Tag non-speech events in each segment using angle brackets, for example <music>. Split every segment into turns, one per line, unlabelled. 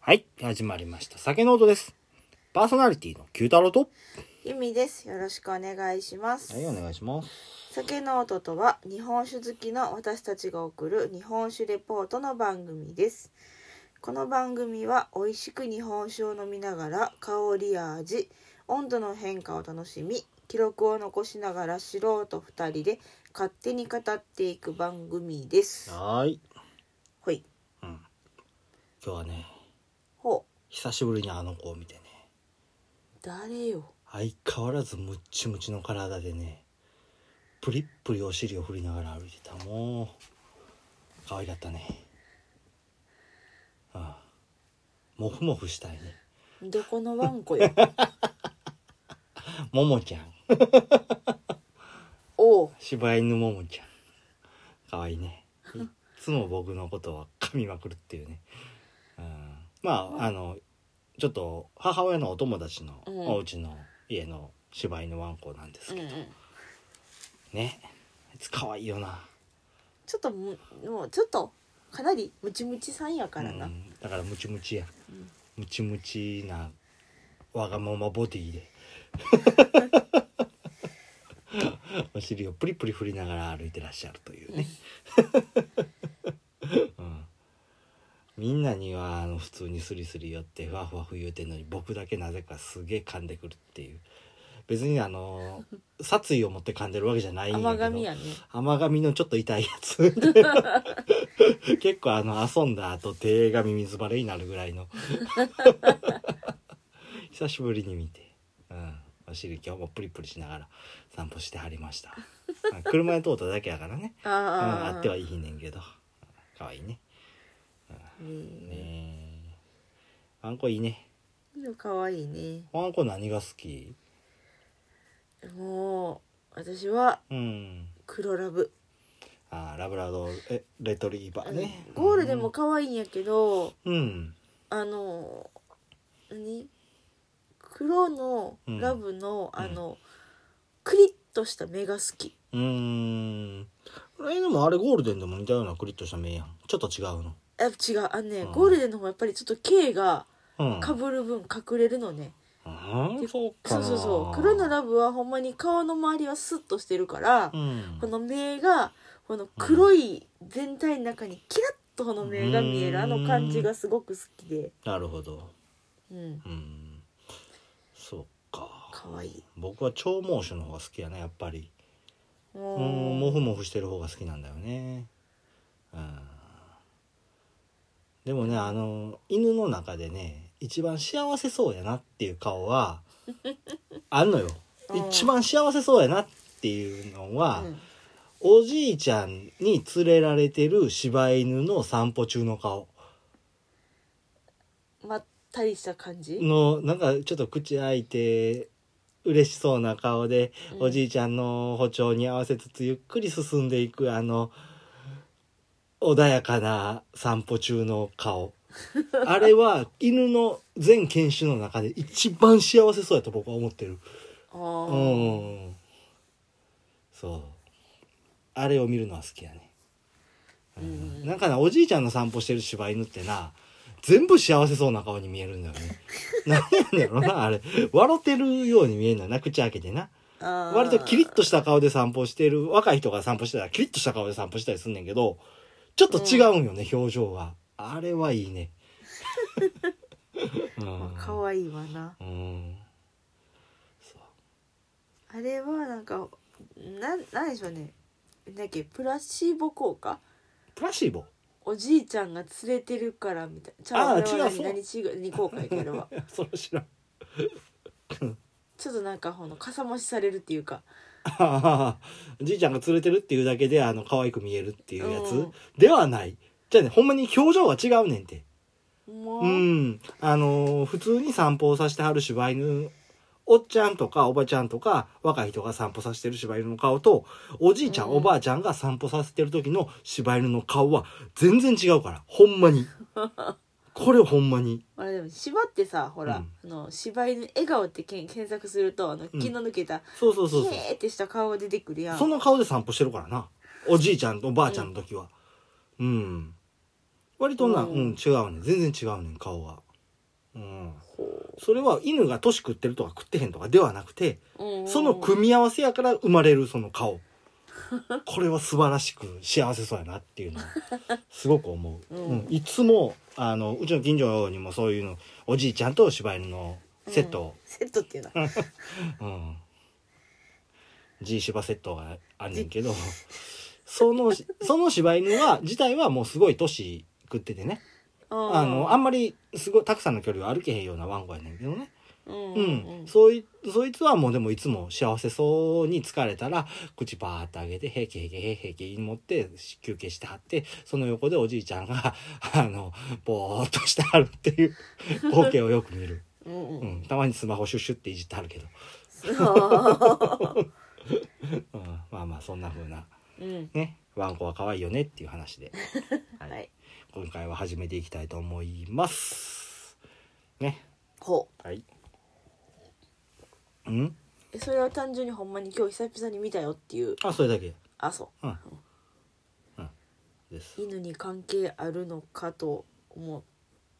はい、始まりました。酒の音です。パーソナリティの九太郎と。
ゆみです。よろしくお願いします。
はい、お願いします。
酒の音とは日本酒好きの私たちが送る日本酒レポートの番組です。この番組は美味しく日本酒を飲みながら香りや味、温度の変化を楽しみ、記録を残しながら素人二人で勝手に語っていく番組です。
はーい。
ほい。
今日はね、
ほう。
久しぶりにあの子を見てね、
誰よ。
相変わらずムッチムチの体でね、プリップリお尻を振りながら歩いてた。もう、可愛かったね。ああ。もふもふしたいね。
どこのワンコよ。 <laughs>
ももちゃん。
おう。
柴犬ももちゃん可愛いねいっつも僕のことは噛みまくるっていうね、うん、まああのちょっと母親のお友達の
うん
お家の家の柴犬ワンコなんです
うん
け
う
ど、
ん。
ねあいつ可愛いよな
ちょっとむ、もうちょっと、かなりムチムチさんやからな。
うん、だからムチムチやムチムチなわがままボディで <laughs> お尻をプリプリ振りながら歩いてらっしゃると
<laughs>
いうね、うん、みんなにはあの普通にスリスリ寄ってふわふわふ言うてんのに僕だけなぜかすげえ噛んでくるっていう別にあの殺意を持って噛んでるわけじゃないんやけど
甘噛みやね。
甘髪のちょっと痛いやつ <laughs> 結構あの遊んだ後手がミミズバレになるぐらいの <laughs> 久しぶりに見て、うん、お尻今日もプリプリしながら散歩してはりましたあ車で通っただけやからね、
あ
うん、
あ、
あってはいいねんけど可愛いね
う
ね
ん
えワンコいいね
でも可愛いね。
ワンコ何が好き
もう、私は
うん
黒ラブ。
あラブラドールえレトリーバーね
あのゴールでも可愛いんやけど、
うん
あの、何黒の
うん
ラブの、
うん
あの、クリッとした目が好き。
うーん。これでもあれゴールデンでも似たようなクリッとした目やん。ちょっと違うの。
あ違う、あのね
うん、
ゴールデンの方がやっぱりちょっと K が
うん。
被る分隠れるのね。
うん、そうかな。
そうそうそう。黒のラブはほんまに顔の周りはスッとしてるから、
うん。
この目がこの黒い全体の中にキラッとこの目が見え
う
る
ん
あの感じがすごく好きで、
なるほど。
うん、
うん。そうか。
かわいい
僕は長毛種の方が好きやね、やっぱり。う
も
ん、もふもふしてる方が好きなんだよね。うん。でもね、あの、犬の中でね、一番幸せそうやなっていう顔は、あんのよ
うん。
一番幸せそうやなっていうのは、
うん
おじいちゃんに連れられてる柴犬の散歩中の顔
まったりした感じ、
のなんかちょっと口開いて嬉しそうな顔で、
うん
おじいちゃんの歩調に合わせつつゆっくり進んでいくあの穏やかな散歩中の
<laughs>
顔あれは犬の全犬種の中で一番幸せそうやと僕は思ってる
あ
う
ー
んそうあれを見るのは好きやね
うん
なんかなおじいちゃんの散歩してる柴犬ってな全部幸せそうな顔に見えるんだ
<laughs>
よねなんやねんやろなあれ笑ってるように見えるのよな口開けてな
あー
割とキリッとした顔で散歩してる若い人が散歩してたらキリッとした顔で散歩したりすんねんけどちょっと違うんよね、表情があれはいいね、うん、
<laughs> まあかわいいわな
うんそう
あれはなんかなんなんでしょうねなんだっけプラシーボ効果
プラシーボ
おじいちゃんが連れてるからみたいなち
あー
うあれ
違
は
うそう
何何違う何効果やけどは
<laughs> それ知らん
ちょっとなんかこのかさ増しされるっていうか
ああ <laughs> じいちゃんが連れてるっていうだけであの可愛く見えるっていうやつ、
うん
ではないじゃあねほんまに表情が違うねんて
もう、
うんあのー普通に散歩をさせてはる柴犬おっちゃんとかおばちゃんとか若い人が散歩させてる柴犬の顔とおじいちゃん、
うん
おばあちゃんが散歩させてる時の柴犬の顔は全然違うからほんま
<laughs>
にこれほんまに
あれでも芝ってさほら、
うん
あの柴犬笑顔ってけん検索するとあの
うん
気の抜けた、
そうそう
キ
そうそう
ーってした顔が出てくるやん
そんな顔で散歩してるからな。おじいちゃんとおばあちゃんの時は。うん。割とな、う、
うんん
違うねん。全然違うねん、顔が。うん、
ほ
それは犬が年食ってるとか食ってへんとかではなくて
ううんうん
その組み合わせやから生まれるその顔これは素晴らしく幸せそうやなって
<laughs>
いうのをすごく思う、
う
うんんいつもあのうちの近所にもそういうのおじいちゃんと柴犬のセットを、
セットっていうな
うん。G 芝セットがあんねんけど、その、その柴犬は、自体はもうすごい年食っててね。あの、あんまり、すごい、たくさんの距離を歩けへんようなワンコやねんけどね。
うん
うん。そうい、そいつはもうでもいつも幸せそうに疲れたら、口パーってあげて、へけへけへけへけ持って、休憩してはって、その横でおじいちゃんが、あの、ぼーっとしてはるっていう光景をよく見る。
うんう
うんん。たまにスマホシュッシュっていじってはるけど。うん、まあまあそんな風な
<laughs> うん
ねワンコは可愛いよねっていう話で、は
はい
今回は始めていきたいと思いますね
ほう
はいうん
えそれは単純にほんまに今日久々に見たよっていう
あそれだけ
あそ
うん、うん、です
う犬に関係あるのかと思っ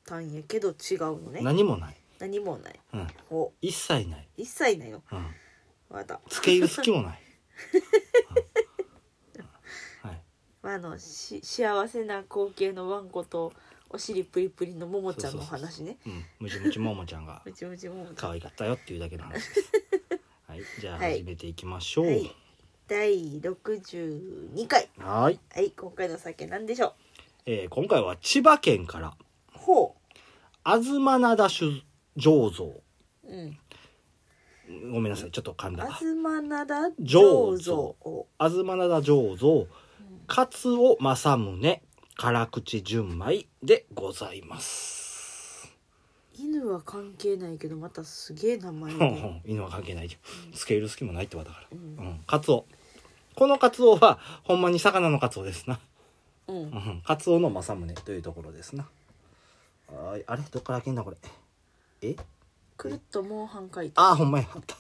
たんやけど違うのね
何もない、
何もない
うん、
ほう
一切ない、
一切ないよ
うん、
わかった
付け入る隙もない、うんはい
まああのし幸せな光景のワンコとお尻プリプリのももちゃんの話ね
うん、ムチムチももちゃんが
うちうちももちゃ
可
ん
愛かったよっていうだけの話ですはいじゃあ
はい
始めていきましょう
はい第62回
はい
はい今回の酒なんでしょう
えー今回は千葉県から
ほ
東灘酒醸造
ううん
ごめんなさいちょっと噛んだ
東灘
醸
醸
造
造お
東灘醸造勝尾正宗辛口純米でございます、
犬は関係ないけどまたすげえ名前ね
犬は関係ないよスケール隙もないってわだか
う
らうんんカツオこのカツオはほんまに魚のカツオですな
う
うんんカツオの正宗というところですなはーいあれどっから開けんだこれえ
くるっとモンハン書いて
あー、ほんまや。あった。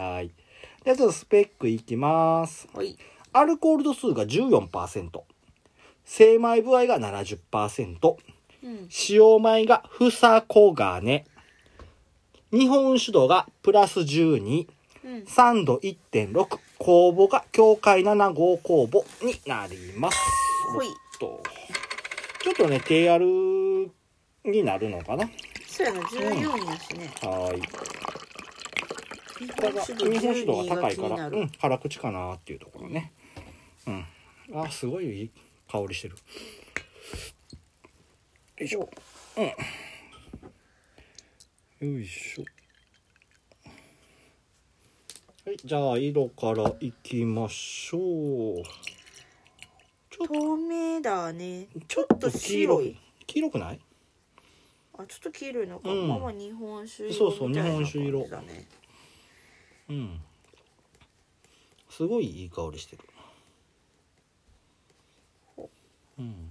はーい。じゃあちょっとスペックいきます。
ほい
アルコール度数が14%。精米部合が70%。
うん
使用米がふさこがね。日本酒度がプラス12。
うん
酸度1.6。酵母が境界7号酵母になります。
ほい
おっと。ちょっとね、TR になるのかな。
そうやな14やしね
はーい。
日
ただ
本酒度
日本酒度
12
が
が
高い
気
か
にな
ら、
る
うん、辛口かなっていうところねうんあすごいいい香りしてるよいしょうんよいしょはいじゃあ色からいきましょう
透明だね
ちょっ
と
黄色
白い
黄色くない
あちょっと黄色いのか、
うん
まあまあ日本酒
そうそう
みたいな
日本酒色
感じだね
うんすごいいい香りしてるうん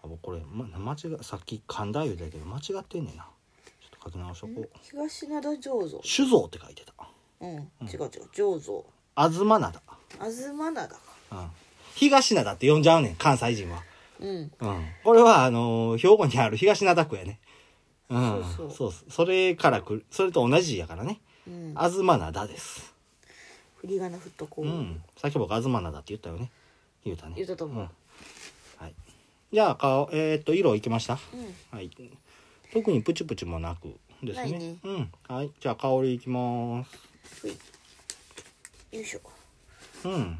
あもうこれ、ま、間違えさっき噛んだ言うたけど間違ってんねんなちょっと書き直しとこう
東灘醸造
「酒造」って書いてた
うん、違う違う醸造
「東灘」
東灘か
うん「東灘」って呼んじゃうねん関西人は、
うん
うん、これはあのー兵庫にある東灘区やねうん
そ
そうう
そ
そうそれからくるそれと同じやからね
うん
「東灘」です
振り仮名振っとこう、
うん、さっき僕東灘だって言ったよね言うたね
言うたと思う
はい、じゃあ顔えーっと色いきました
うん
はい特にプチプチもなくですね
ないね
うんはいじゃあ香りいきます
ほいよいしょ
うん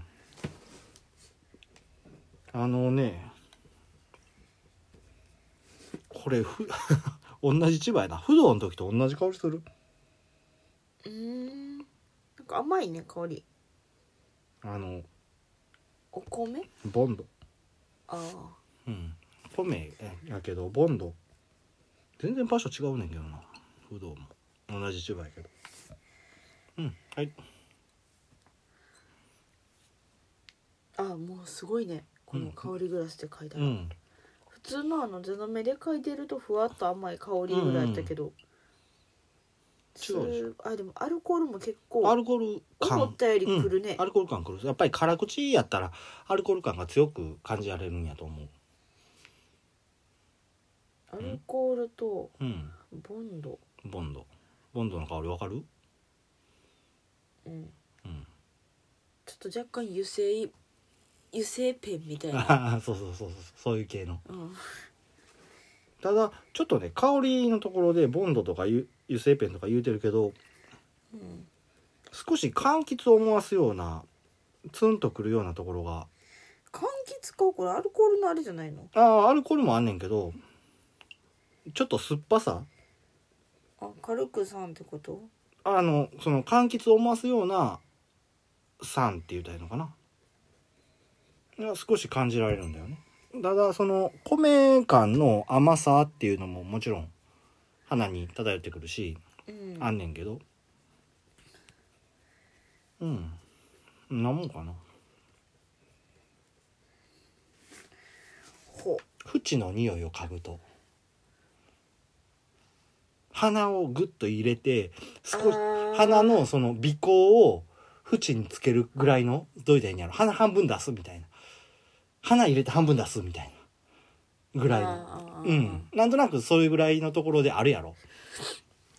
あのねこれふ <laughs> 同じ千葉やな不動の時と同じ香りする
うーんなんか甘いね香り
あの
お米
ボンド
ああ
うん米やけどボンド全然場所違うねんけどな不動も同じ千葉やけどうんはい
あーもうすごいねこの香りグラスで嗅いだ
う
ら、
ん
普通のあのゼノメで嗅いでるとふわっと甘い香りぐらいやったけど、
うんうん違うでし
すあでもアルコールも結構
アルコール
思
感
ったより来るね
うんアルコール感くるやっぱり辛口やったらアルコール感が強く感じられるんやと思う
アルアンコールと
うん
ボンド、
ボンドボンドの香りわかる <laughs>
う
う
ん、
ん
ちょっと若干油性油性ペンみた
<laughs>
いな、
あそうそうそうそうそういう系の
うん、
ただちょっとね香りのところでボンドとかゆ油性ペンとか言うてるけど
うん
少し柑橘を思わすようなツンとくるようなところが
柑橘かこれアルコールのあれじゃないの
あーアルコールもあんねんけどちょっと酸っぱさ
あ軽く酸ってこと
あのその柑橘を思わすような酸って言うたらいいのかなが少し感じられるんだよねただその米感の甘さっていうのももちろん鼻に漂ってくるし
うん
あんねんけどうんんなもんかな
ほ
縁の匂いを嗅ぐと鼻をグッと入れて少し
あー
鼻のその鼻孔を縁につけるぐらいのどう言ったらいいんやろ鼻半分出すみたいな鼻入れて半分出すみたいなぐらいの
あー
うんなんとなくそれぐらいのところであるやろ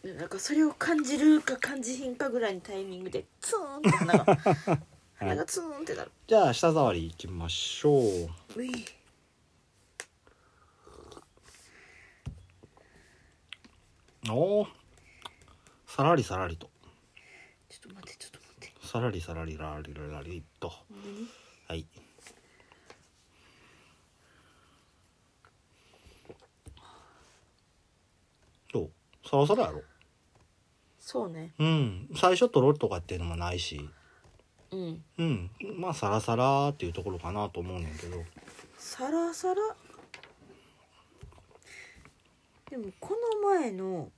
なんかそれを感じるか感じひんかぐらいのタイミングでツーンって鼻が
<laughs>
鼻がツーンってなる
じゃあ舌触りいきましょう
うい
おーさらりさらりと
ちょっと待ってちょっと待って
さらりさらりらりらりっとはいどうサラサラやろ
そうね
うん最初とろっとかっていうのもないし
うん
うんまあサラサラっていうところかなと思うねんけど
サラサラでもこの前の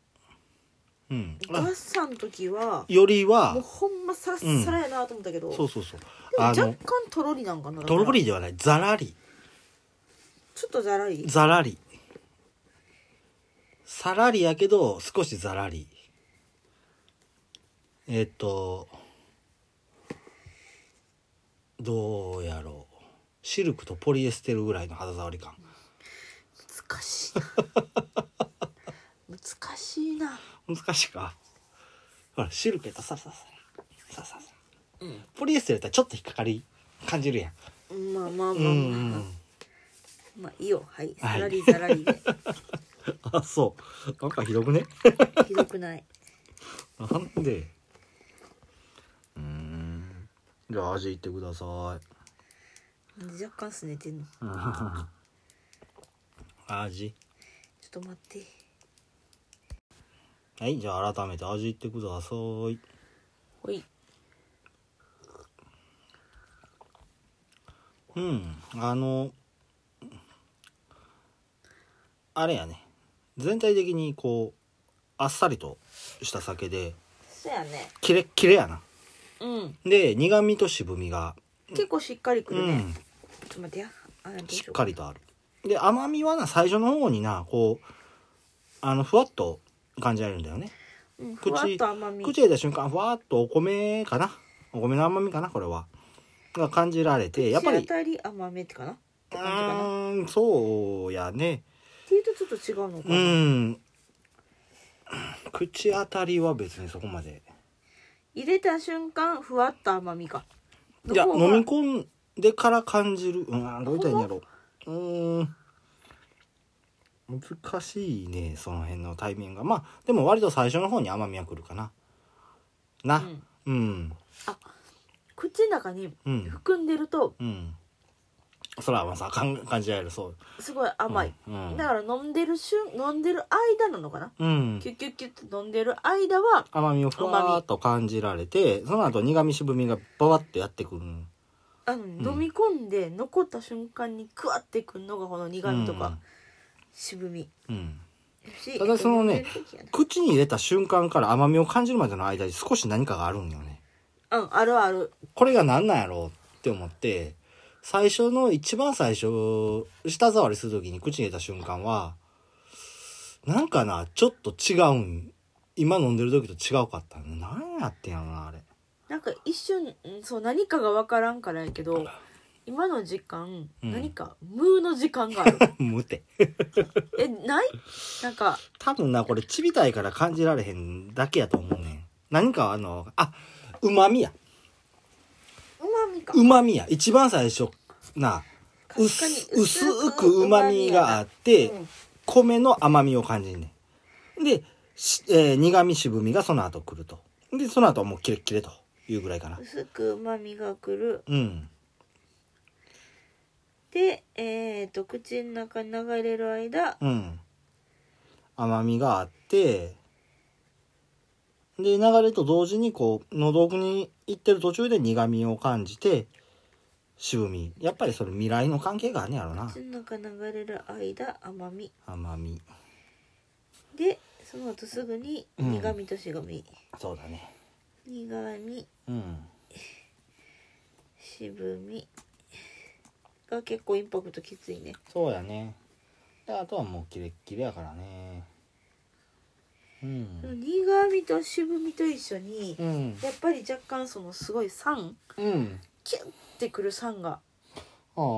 うん
ガ
あ
ッサンの時は
より
もう
は
ほんまサラッサラやなと思ったけど、
そうそうそう
でも
あ
若
の
干とろりなんかな
とろりではないザラリ
ちょっとざらり
ザラリさらりやけど少しザラリえっとどうやろうシルクとポリエステルぐらいの肌触り感
難しいな難しいな
難しいかほらシルクやったらささささささ
うん
ポリエステルやったらちょっと引っかかり感じるやん
まあま
う
あまあまあ、
んうん
まあいいよはい
は
さ
い
らりざらりで
<laughs> あそうなんかひどくね
ひどくない
なんでうーんじゃあ味いってください
若干すねてんのち
<laughs> 味
ょっと待って
はいじゃあ改めて味いってください
ほい
うんあのあれやね全体的にこうあっさりとした酒で
そやね
キレッキレやな
うん
で苦みと渋みが
結構しっかりく
う
るね、
ん
ちょっと待ってやあどう
し
し
っ
よう
かりとあるで甘みはな最初の方になこうあのふわっと感じられるんだよね
うん、
口
ふわっと甘み
口入れた瞬間ふわっとお米かなお米の甘みかなこれはが感じられてやっぱ
口
り
当たり甘めってかなっ
う
て感じかなっ
ーんそうやね
ていうとちょっと違うのか
う
な、
ん口当たりは別にそこまで
入れた瞬間ふわっと甘みか
いや
の方が
飲み込んでから感じるうんどういったらいいんやろううーん難しいねその辺のタイミングがまあでも割と最初の方に甘みはくるかな
う
なうん
ん、
うん
口の中に
うん
含んでると
それは甘さかん感じられるそう
すごい甘い、
うんうん
だから飲んでる瞬飲んでる間なのかな
うん
キュッキュッキュッと飲んでる間は
甘みをふわーっと感じられてその後苦み渋みがババッとやってくる
あの、飲み込んで残った瞬間にクワってくんのがこの苦味とか、渋み
うん
した
だそのね口に入れた瞬間から甘みを感じるまでの間に少し何かがあるんよね
うんあるある
これが何なんやろうって思って最初の一番最初舌触りする時に口に入れた瞬間はなんかなちょっと違うん今飲んでる時と違うかったね何やってんやろなあれ <laughs>
なんか一瞬うんそう何かが分からんからやけど今の時間、
うん
何か無の時間が
<laughs>
ある
無て。
えないなんか
多分な、これ、ちびたいから感じられへんだけやと思うねん。何かあの、あ、旨味や。
うまみか
旨味や。一番最初、な、
かす
薄
かに
薄く旨味があって、
うん
米の甘みを感じんねん。で、しえー苦味渋みがその後来ると。で、その後はもうキレッキレというぐらいかな。
薄くうまみがくる
うん。
でえー、と口の中に流れる間
うん。甘みがあって、で、流れと同時にこう、喉奥に行ってる途中で苦味を感じて、渋み。やっぱりそれ未来の関係があんねやろな
口。の中に流れる間甘み
甘み。
でその後すぐに
うん
苦味と渋み、
そうだね。
苦味
うん。
渋みが結構インパクトきついね
そうやね。で、あとはもうキレッキレやからね。うん。
その苦味と渋みと一緒に
うん。
やっぱり若干そのすごい酸
うん。
キュッてくる酸が
ああ、三位、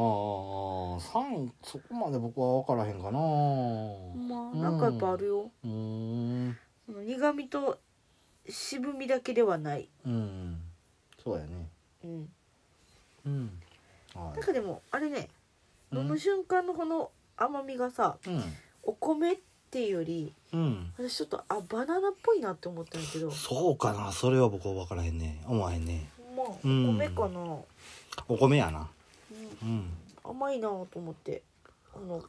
そこまで僕は分からへんかな。う
まあなんかやっぱあるよ、
ーん。
その苦味と渋みだけではない、
うん。そうやね。
うん、
うん。は
なんかでもあれね
い。
飲む瞬間のこの甘みがさ
うん。
お米っていうより
うん。
私ちょっとあバナナっぽいなって思ったんやけど
そうかな。それは僕は分からへんね。思わへんね。
まあお
うん
米かな、
お米やな。
うん
うん。
甘いなと思ってあの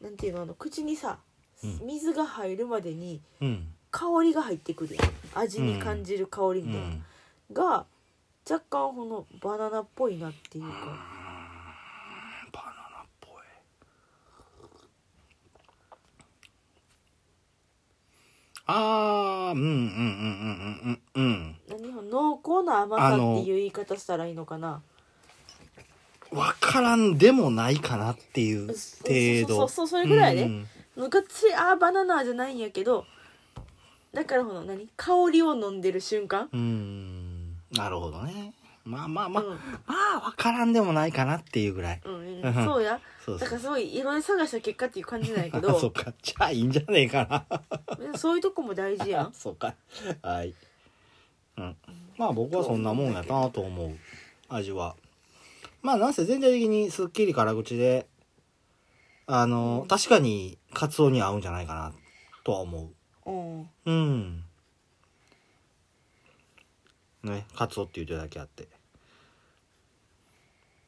なんていうのあの口にさ
うん
水が入るまでに
うん。
香りが入ってくるやん味に感じる香り
う
みたいな、
ん。
が若干このバナナっぽいなっていうか
バナナっぽい。ああ、うんうんうんうんうんうん
何を濃厚な甘さっていう言い方したらいいのかな
うん。わからんでもないかなっていう程度。
そうそうそうそうそれぐらいね
うん
がっつりあーバナナじゃないんやけどだからこの何香りを飲んでる瞬間、
うーんなるほどねまあまあまあ、
うん
まあ分からんでもないかなっていうぐらい
うん
うん
そうや
そうそ
だから
う
すごいいろいろ探した結果っていう感じなんやけ
あ <laughs> そっ
ど
かじゃあいいんじゃねえか
そういうとこも大事や
<laughs> なんそうかはい、うん、まあ僕はそんなもんやなと思う味はまあなんせ全体的にすっきり辛口であの確かにカツオに合うんじゃないかなとは思
うん
ううんねカツオって言うてるだけあって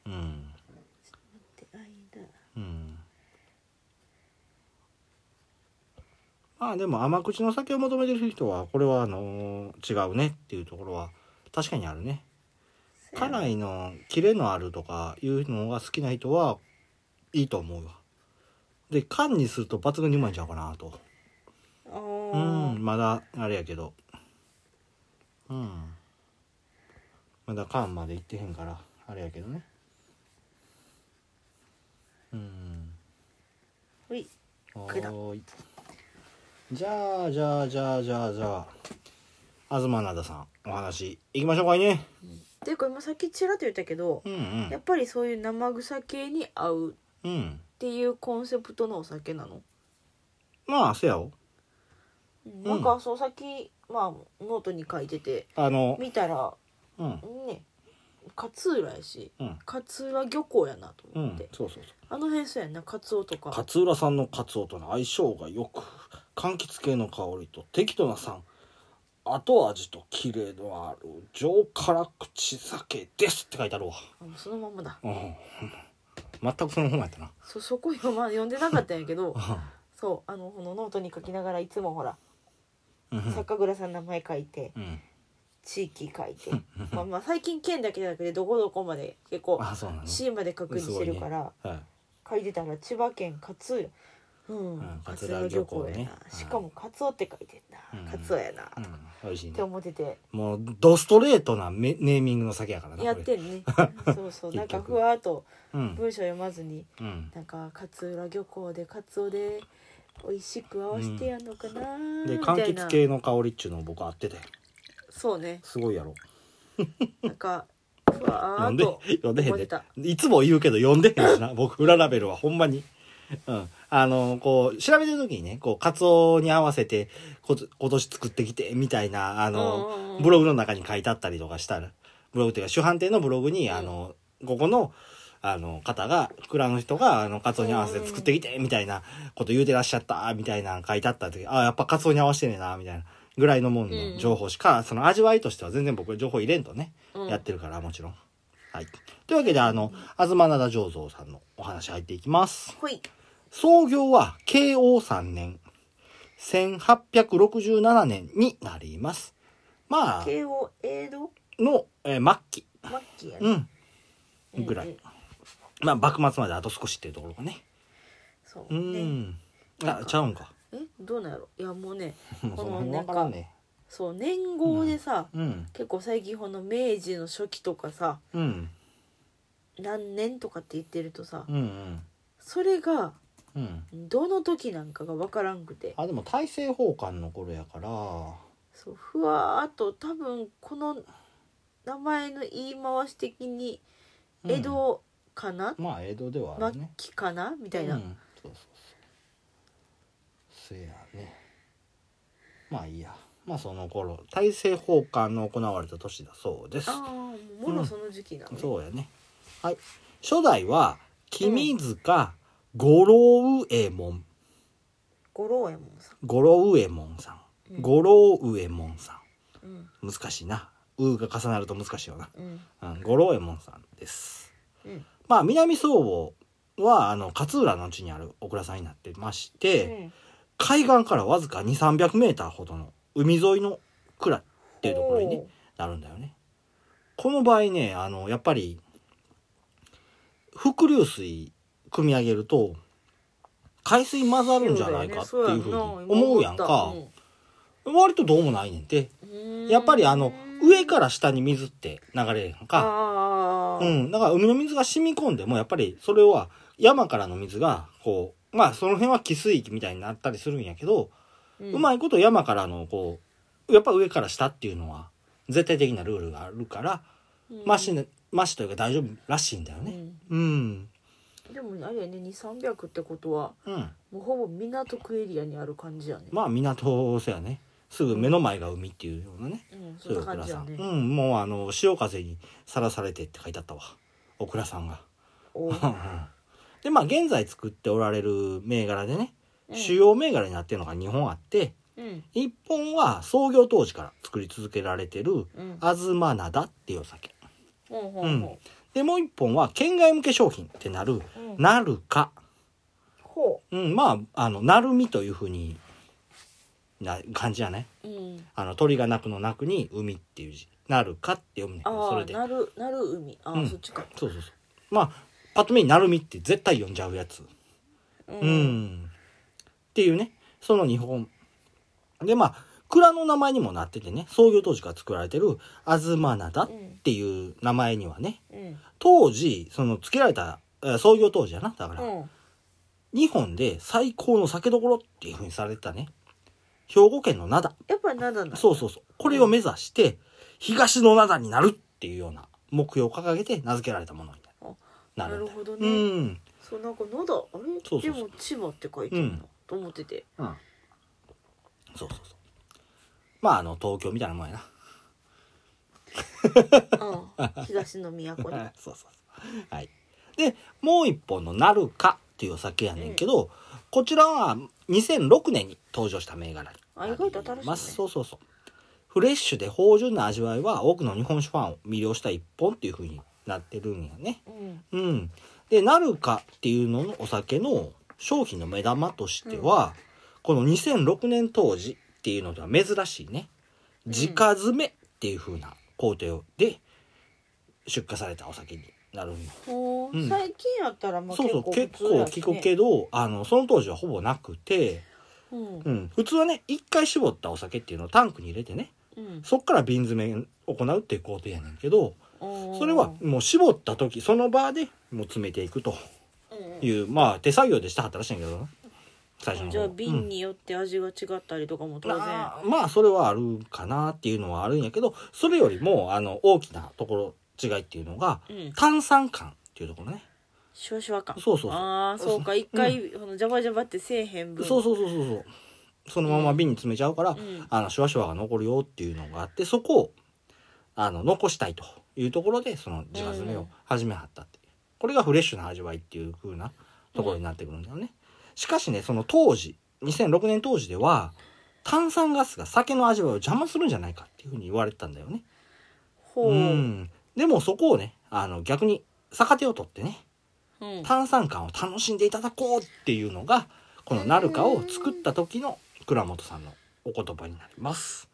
うん
で間
うんまあでも甘口の酒を求めてる人はこれはあのー違うねっていうところは確かにあるね辛いのキレのあるとかいうのが好きな人はいいと思うわで缶にすると抜群にうまいんちゃうかなと
あ
う
ー
んまだあれやけどうんまだ缶まで行ってへんからあれやけどねうん
ほい
は
くだ
ーいじゃあじゃあじゃあじゃあじゃあ東灘さんお話いきましょうかいね
ていうか今さっきちらっと言ったけど
う、ん
やっぱりそういう生臭系に合うっ
うんうん
ていうコンセプトのお酒なの、
まあせやおん
なんかそうさっきまあノートに書いてて
あの
見たら
うん
ね勝浦やし
うん
勝浦漁港やなと
う
思っ
ん
て、
そうそうそう
あの辺そうやんなカツオとか
勝浦さんのカツオとの相性がよく柑橘系の香りと適度な酸後味と綺麗のある上辛口酒ですって書いてあるわ、
あもうそのまんまだ
うん、全くそのままやったな
そそこ読,、ま、読んでなかったんや
<laughs>
けどそうあのこのノートに書きながらいつもほら
うん
酒蔵さんの名前書いて
うん
地域書いてまあまあ最近県だけじゃなくてどこどこまで結構
あそうなの、
市まで確認してるから、
はい
書いてたら千葉県勝
うん
浦うん、勝
勝浦
浦
漁
漁
港
港
ね
やな、しかもカツオって書いてんな、
うん
カツオやな、
う
っ
ん、美味しいね
て思ってて
もうドストレートなめネーミングの酒やからな
やっ
こ
て
<laughs>
んねそうそうなん
結
か
局
ふわっと
れうん、
文章読まずに
うん、
なんか勝浦漁港でカツオで美味しく合わせてやんのかな
で
み
柑
たいな、
橘系の香りっちゅうのを僕合ってて
そうね
すごいやろ
なんかわ
読
ー
ん
っ
で
と
読んでへん
思って
で
た
いつも言うけど読んでへんし
<laughs>
な僕裏ラベルはほんまに、うん、あのこう調べてる時にねこうカツオに合わせてこ今年作ってきてみたいなあ
うんうんう
の
ん
ブログの中に書いてあったりとかしたらブログっていうか主販店のブログに、あのここのあの方が蔵の人があのカツオに合わせて作ってきてみたいなこと言うてらっしゃったみたいなの書いてあった時あやっぱカツオに合わせてねえなみたいなぐらいのもんの情報しか、その味わいとしては全然僕は情報入れんとね、
うん
やってるからもちろん。はい。というわけで、あの、東灘醸造さんのお話入っていきます。
ほい
創業は慶応3年、1867年になります。まあ、
慶応江戸
の、えー末期、
末期やね
うん、ぐら
うんう
い
ん。
まあ、幕末まであと少しっていうところがね。
そううね
ん。あ、ちゃうんか。
えどうなんやろいやもうね
<laughs> もうその辺わからんね。
そう年号でさ
うん。
結構最近この明治の初期とかさ
うん。
何年とかって言ってるとさ
うんうん。
それが
うん。
どの時なんかが分からんくて
あ、でも大政奉還の頃やから、
そうふわーっと多分この名前の言い回し的に
うん
江戸かな、
まあ、江戸ではある
末
ね。
期かなみたいな、
うん、そうそうそうせやねまあいいやまあその頃大政奉還の行われた年だそうです
ああもうもろその時期なの、ね
そうやねはい初代は君塚五郎右衛門
五郎右衛門さ
五郎右衛門さ
うんん
五郎右衛門さ
んうん
ん難しいな「う」が重なると難しいよな、
うん
うん、五郎右衛門さんです
うん
まあ南相坊はあの勝浦の地にある小倉さんになってまして、海岸からわずか2 3 0 0メーターほどの海沿いの蔵っていうところに、ね、なるんだよね。この場合ねあのやっぱり伏流水汲み上げると海水混ざるんじゃないかっていうふうに思うやんか、割とどうもないねんてやっぱりあの上からら下に水って流れるやんか、
あー
うん、だから海の水が染み込んでもやっぱりそれは山からの水がこうまあその辺は汽水域みたいになったりするんやけど、
うん
うまいこと山からのこうやっぱ上から下っていうのは絶対的なルールがあるから、
うん
マシなマシというか大丈夫らしいんだよね。うん、
うんでもあれやね2300ってことは
うん、
もうほぼ港区エリアにある感じやね、
まあ港せやねすぐ目の前が海っていうようなね、
うん、そ
そうんい
な
うお
感
蔵
じ
さ
や
ん、
ね、
うん、もうあの潮風にさらされてって書いてあったわお倉さんが。
おう
でまあ現在作っておられる銘柄でね、
うん
主要銘柄になってるのが2本あって
うん
1本は創業当時から作り続けられてる
うん
東灘っていうお酒。
ほうほうほ
でもう一本は県外向け商品ってなる
ううん
なるか、
ほ
うん、まああのなるみというふうにな感じやね
ううん
あの鳥が鳴くの鳴くに海っていう字なるかって読むねんけどそ
あ
れ
あ
で
なるなる海ああ、
うん
そっちか
そうそうそうまあパッと見になるみって絶対読んじゃうやつ
うん
うん、っていうねその日本でまあ蔵の名前にもなっててね創業当時から作られてる東灘っていう名前にはね
うん
当時その付けられたえー創業当時やなだから、
うん
日本で最高の酒どころっていうふうにされてたね兵庫県の灘
やっぱり灘な
そうそうそうこれを目指して東の灘になるっていうような目標を掲げて名付けられたものにな
な
るん
る
だよ
ほど
う
ね、
ん
そうなんか喉あれ
そうそうそう
でも千葉って書いてるな、
うん
と思ってて
うんそうそうそうまああの東京みたいなもんや
あ
<laughs>
あ東の都
な
ね
<laughs> そうそうそうはいでもう一本の「なるか」っていうお酒やねんけど、こちらは2006年に登場した銘柄に
あ意外と新しいね
ますそうそうそうフレッシュで芳醇な味わいは多くの日本酒ファンを魅了した一本っていう風になってるんやね
うん
うんでなるかっていうののお酒の商品の目玉としては、この2006年当時っていうのでは珍しいね
ん
直詰めっていう風な工程で出荷されたお酒になるんや
ほう
うん
最近やったらまあ
そうそ
結
う
構普
結
通
構
やし、ね、
聞くけどあのその当時はほぼなくて、
うん
うん、普通はね一回絞ったお酒っていうのをタンクに入れてね
うん
そっから瓶詰めを行うっていう工程やねんけどそ
そ
れはもう絞った時その場でもう詰めていくというまあ手作業でしたはったらしいんやけどな最初の方
じゃあ瓶によって味が違ったりとかも
う
当
ん
然、
まあまあそれはあるかなっていうのはあるんやけどそれよりもあの大きなところ違いっていうのが
うん
炭酸感っていうところね、
シュワシュワ感
そうそうそう
ああそうか一回、あのジャバジャバってせえへん分
そうそうそうそうそうそのまま瓶に詰めちゃうから、
ん
あのシュワシュワが残るよっていうのがあってそこをあの残したいというところでその自家詰めを始めはったっていう、これがフレッシュな味わいっていう風なところになってくるんだよね、しかしねその当時2006年当時では炭酸ガスが酒の味わいを邪魔するんじゃないかっていうふうに言われてたんだよね
ほう、
ん、でもそこをねあの逆に逆手を取ってね
うん
炭酸感を楽しんでいただこうっていうのがこの「なるか」を作った時の倉本さんのお言葉になります。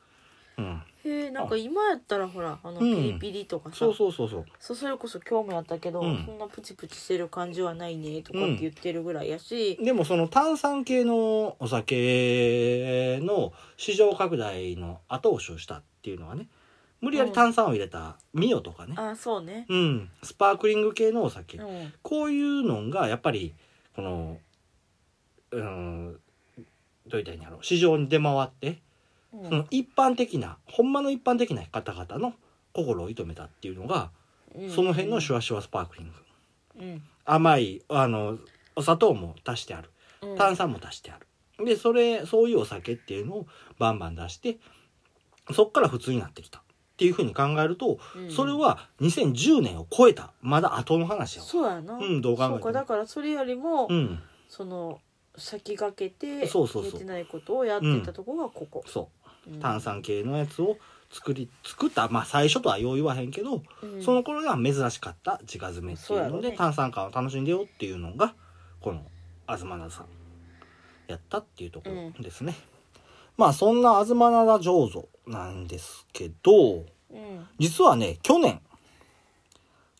うん、
へえなんか今やったらほらあ
う
のピ
ん
リピリとかさ、
そうそうそうそう
そうそれこそ興味あったけど、
うん
そんなプチプチしてる感じはないねとかって言ってるぐらいやし、
でもその炭酸系のお酒の市場拡大の後押しをしたっていうのはね無理やり炭酸を入れたミオとかね、
ああそうね
うん、スパークリング系のお酒、
うん
こういうのがやっぱりこのうんどう言ったらいいんやろう市場に出回って
うん
その一般的なほんまの一般的な方々の心を射止めたっていうのが
うん
その辺のシュワシュワスパークリング
うん
甘いあのお砂糖も足してある
うん
炭酸も足してあるでそれそういうお酒っていうのをバンバン出してそっから普通になってきたっていうふうに考えると
うん
それは2010年を超えたまだ後の話やわ
そうやな、
うんどう考えても
そうかだからそれよりも、
うん
その先駆けて
そうそうそう
言えてないことをやってたとこがここ、
そううん炭酸系のやつを作り作ったまあ最初とはよう言わへんけど
うん
その頃では珍しかった自家詰めっていう
そうやろ
の
う
で
ね
炭酸感を楽しんでよっていうのがこの東灘さんやったっていうところですね、まあそんな東灘醸造なんですけど
うん
実はね去年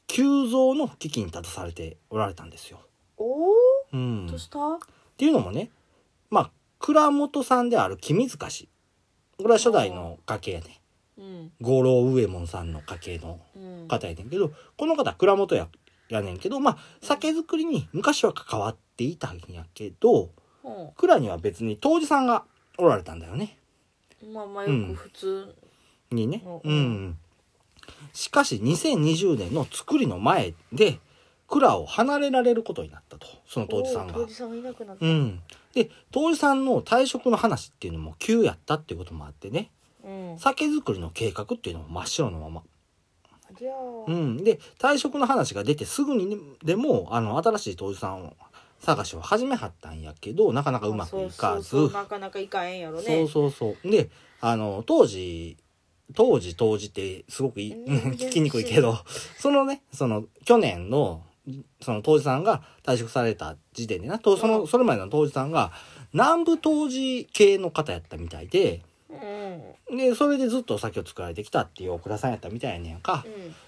急増の危機に立たされておられたんですよ。
おお
うん、
どう
っ
した、
ていうのもねまあ蔵元さんである君塚氏これは初代の家系やね
うん
五郎右衛門さんの家系の
うん
方やねんけどこの方蔵元ややねんけどまあ酒造りに昔は関わっていたんやけど
う
蔵には別に杜氏さんがおられたんだよね。
んまあまあよく普通、
にね
お。
うん。しかし2020年の作りの前で蔵を離れられることになったとその杜氏さんが
おー。杜氏さんがいなくなった
う、ん、で杜氏さんの退職の話っていうのも急やったっていうこともあってね
うん
酒造りの計画っていうのも真っ白のまま
じゃあ、
う、
うん
で退職の話が出てすぐにねでもあの新しい当時さんを探しを始めはったんやけどなかなかうまくいかず
そうそうそうなかなかいかへんやろね
そうそうそうであの当時当時当時ってすごくいい
うん
聞きにくいけどそのねその去年のその当時さんが退職された時点でなとそのそれまでの当時さんが南部当時系の方やったみたいで
うんうん
でそれでずっとお酒を作られてきたっていう奥田さんやったみたいやねんか。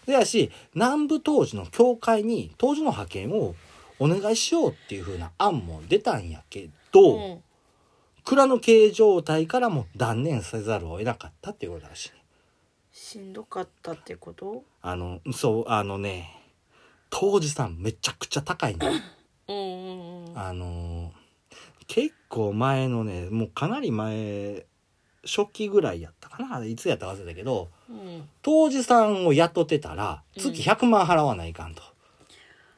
でやし南部当時の教会に当時の派遣をお願いしようっていう風な案も出たんやけど、
うん
蔵の経営状態からも断念せざるを得なかったっていうことらしいね
しんどかったってこと
あのそうあのね当時さんめちゃくちゃ高いね
うんうんうん
あの結構前のねもうかなり前初期ぐらいやったかなあれいつやったか忘れたけど
うん
当時さんを雇ってたら
うん
月100万払わないかんと、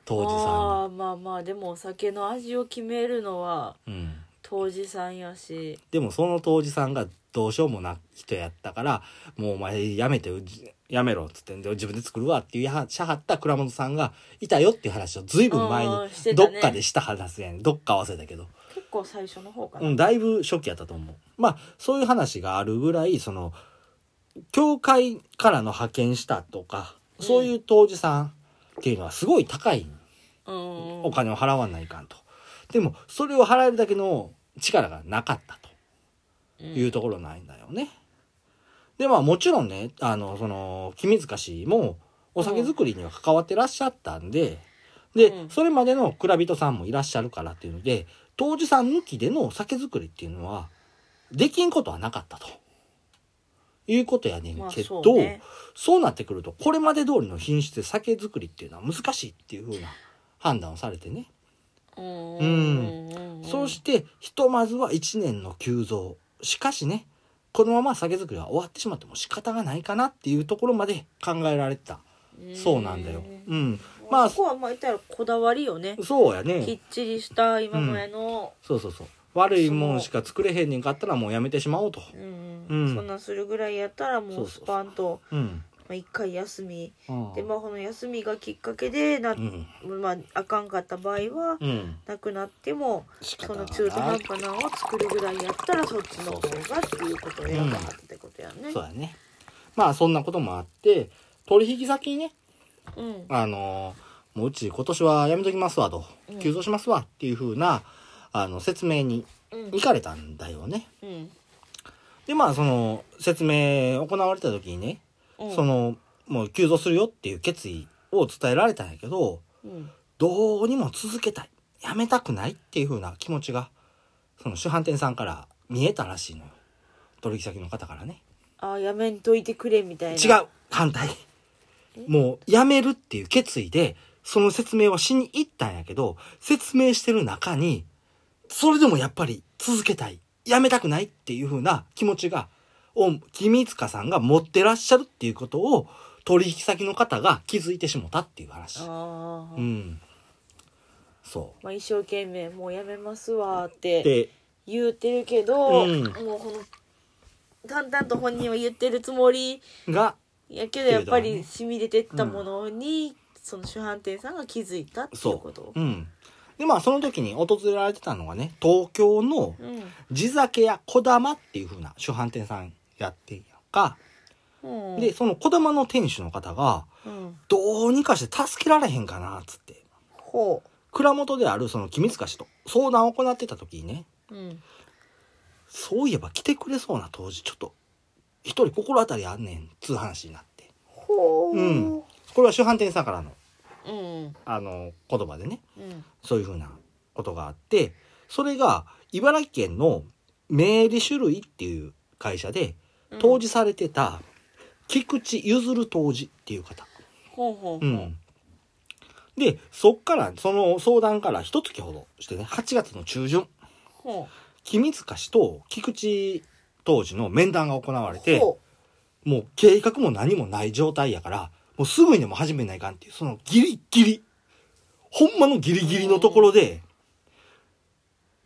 当時さんに
あーまあまあでもお酒の味を決めるのは
うん、
当時さんやし
でもその当時さんがどうしようもない人やったからもうお前やめてじやめろっつってんで自分で作るわっていうやしゃはった倉本さんがいたよっていう話をずいぶん前
あーして
に
た
ど
ね
っかでしたはずやねんどっか合わせたけど、
結構最初の方かな、
うん、だいぶ初期やったと思うまあそういう話があるぐらいその教会からの派遣したとかそういう当時さんっていうのはすごい高い、
うんうん
お金を払わないかんと。でもそれを払えるだけの力がなかったというところないんだよね。でまあもちろんねあのその君塚氏もお酒造りには関わってらっしゃったんで、で、
うん
それまでの蔵人さんもいらっしゃるからっていうので当時さん抜きでの酒造りっていうのはできんことはなかったと。いうことやねん
まあ
け
そ
ど、
うね
そうなってくるとこれまで通りの品質で酒造りっていうのは難しいっていう風な判断をされてね、
うんんん
そうしてひとまずは1年の急増しかしねこのまま酒造りは終わってしまっても仕方がないかなっていうところまで考えられてたそうなんだよ。うん。
ま
ま
あ
あ
そこはまあ言ったらこだわりよね
そうや
きっ
ね。
ちりした今までの、
そうそうそう。悪いもんしか作れへんねんかったらもうやめてしまおうと。
うん
うん
そんなんするぐらいやったらも
そう
う
そう
ス
そう
パンと
うん。
まあ、1回休み
うん
でまあこの休みがきっかけでな、
うん。
まあ、あかんかった場合は、
うん。
なくなっても
仕
そ
方が
の
ない
中途半端なのを作るぐらいやったらそっちの方がっていうことを選ばはってたことやね。
そうやね。まあそんなこともあって、取引先にね、
うん
あのーもううち今年はやめときますわと
うん、
急増しますわっていう風な、あの、説明に
うん
行かれたんだよね。
うん
で、まあその、説明行われた時にね、
うん
その、もう急増するよっていう決意を伝えられたんやけど、
うん
どうにも続けたい。やめたくないっていう風な気持ちが、その主販店さんから見えたらしいのよ。取引先の方からね。
あやめんといてくれみたい
違
な
う反対
え
もうやめるっていう決意でその説明はしに行ったんやけど説明してる中にそれでもやっぱり続けたいやめたくないっていう風な気持ちがを君塚さんが持ってらっしゃるっていうことを取引先の方が気づいてしもたっていう話
あー、
うんそ
まあ、一生懸命もうやめますわーっ
う
て
で
言ってるけど、
うん
もうこの淡々と本人は言ってるつもり
が
やけどやっ
け
ぱ
れども
り
ね
染み出てったものに、その主販店さんが気づいたっていう
そ
こ
う
と
うんでまあその時に訪れられてたのがね東京の
うん
地酒や小玉っていう風な主販店さんやってんやんか、
うん
でその小玉の店主の方が
うん
どうにかして助けられへんかなっつって
ほ
蔵元であるその君塚氏と相談を行ってた時にね
ううん
そういえば来てくれそうな当時ちょっと一人心当たりあんねんっつう話になって
ほう
うんこれは主販店さんからの
うん
あの言葉でね
うん
そういう風なことがあってそれが茨城県の名理種類っていう会社で
うん
当時されてた菊池譲る当時っていう方、
ほうほうほう
うん、でそっからその相談から一月ほどしてね8月の中旬
ほ
君塚氏と菊池当時の面談が行わ
う
れて
ほ
もう計画も何もない状態やからもうすぐにでも始めないかんっていうそのギリギリほんまのギリギリのところで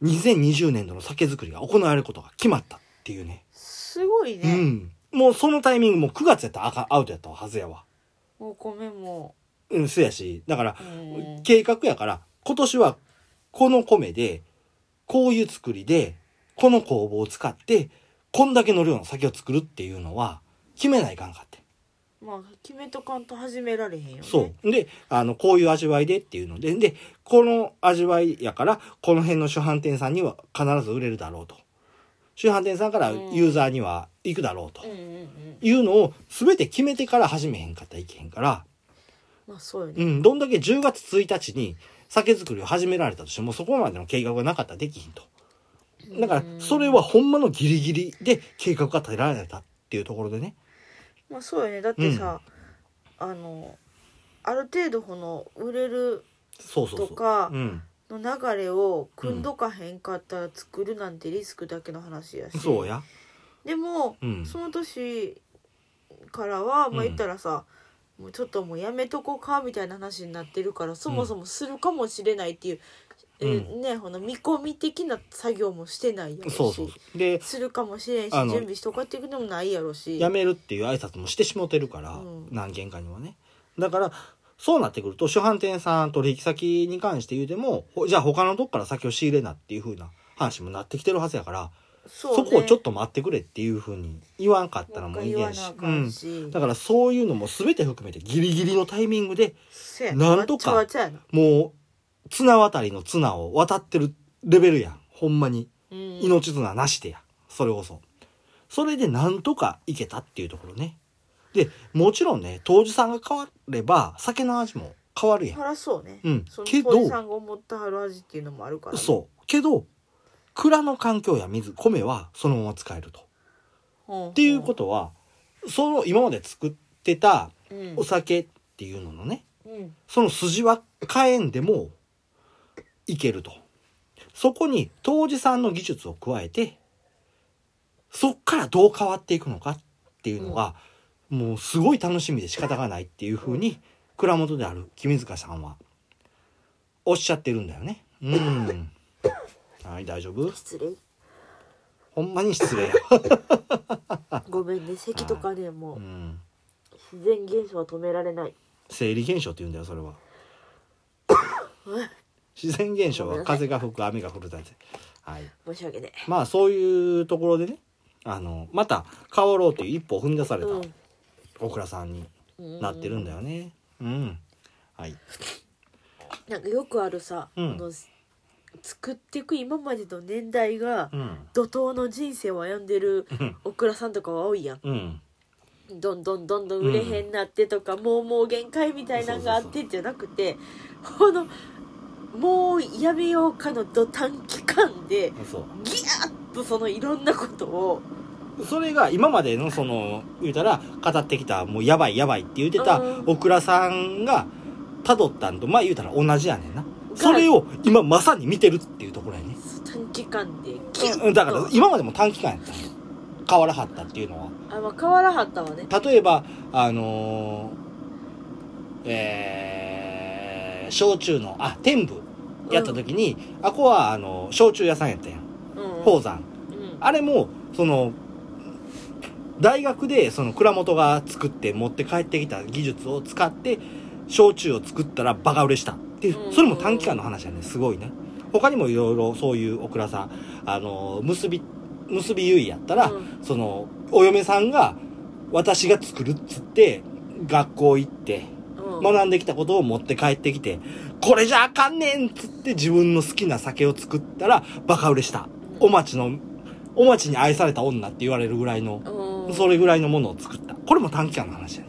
2020年度の酒造りが行われることが決まったっていうね
うすごいうね、
んもうそのタイミングもう9月やったらあかんアウトやったはずやわ
お米も、
うんそうやしだから
うん、
計画やから今年はこの米でこういう作りでこの工房を使ってこんだけの量の酒を作るっていうのは決めないかんかって
まあ決めとかんと始められへんよね
そうであのこういう味わいでっていうのででこの味わいやからこの辺の主販店さんには必ず売れるだろうと主販店さんから
うん
ユーザーには行くだろうと
うんうんうん
いうのを全て決めてから始めへんかったらいけへんから
まあそうよ
う
ね、
ん、どんだけ10月1日に酒造りを始められたとしてもそこまでの計画がなかったらできひんと。だから
うん
それはほんまのギリギリで計画が立てられたっていうところでね。
まあそうよねだってさ、あのある程度この売れる
そうそうそう。
とか
うん。
の流れを組んどかへんかったら作るなんてリスクだけの話やし、
そうや。
でも、
うん
その年からは
う
まあ
ん
言ったらさ、もうちょっともうやめとこうかみたいな話になってるからそもそもするかもしれないっていう、
うん
えーねこの見込み的な作業もしてないやろし
そうそうそう。で、
するかもしれんし
あの
準備しとかっていうのもないやろし
辞めるっていう挨拶もしてしもてるから、
うん
何件かにはね。だから、そうなってくると、主販店さん取引先に関して言うても、ほじゃあ他のとこから先を仕入れなっていう風な話もなってきてるはずやから、
そ
そ,、こをちょっと待ってくれっていう風に言わんかったらもういけんし。うん。
し
だからそういうのも全て含めてギリギリのタイミングで
せや
なんとか
わっちゃわっちゃやな
もう綱渡りの綱を渡ってるレベルやんほんまに
うん
命綱なしでやそれこそそれでなんとかいけたっていうところねでもちろんね当時さんが変われば酒の味も変わるやん
そらそうね、
うん
その
けど
当時さんが思ったはる味っていうのもあるからね、
そうけど蔵の環境や水米はそのまま使えると
うん
っていうことはその今まで作ってた
うん
お酒っていうののね
うん
その筋は変えんでもいけると。そこに当時さんの技術を加えて、そっからどう変わっていくのかっていうのが、もうすごい楽しみで仕方がないっていうふうに蔵元である君塚さんはおっしゃってるんだよね。うん。はい大丈夫
失礼
ほんまに失礼や。
ごめんね咳とかねも
う、
うん自然現象は止められない
生理現象って言うんだよそれは。自然現象は風が吹く雨が降るだって。はい
申し訳ね
まあそういうところでねあのまた変わろうという一歩を踏み出された小倉さんに
うん
なってるんだよね。うん、はい
なんかよくあるさ、
うん
あの作っていく今までの年代が
うん <laughs>
怒涛の人生を歩んでるお倉さんとかは多いやん
うん
どんどんどんどん売れへんなってとか、もうもう限界みたいなのがあってじゃなくてこのもうやめようかのど短期間で
そ
ギャッとそのいろんなことを
うそれが今までのその言うたら語ってきたもうやばいやばいって言ってた
うん
小倉さんが辿ったんとまあ言うたら同じやねんな。それを今まさに見てるっていうところやね。
短期間でギュッと、
うんだから今までも短期間やったんよ変わらはったっていうのは。
あ、まあ、変わらはったわね
例えばあのーえー焼酎のあ天部やった時に、あこはあの焼酎屋さんやったやん
うん
宝山
うん
あれもその大学でその蔵元が作って持って帰ってきた技術を使って焼酎を作ったらバカ売れしたっていう
うん
それも短期間の話やねすごいね他にもいろいろそういうお蔵さんあの結び結び優位やったら、
うん
そのお嫁さんが私が作るっつって学校行って
うん
学んできたことを持って帰ってきてこれじゃあかんねんっつって自分の好きな酒を作ったらバカ売れしたお待ちのお待ちに愛された女って言われるぐらいの
うん
それぐらいのものを作ったこれも短期間の話だね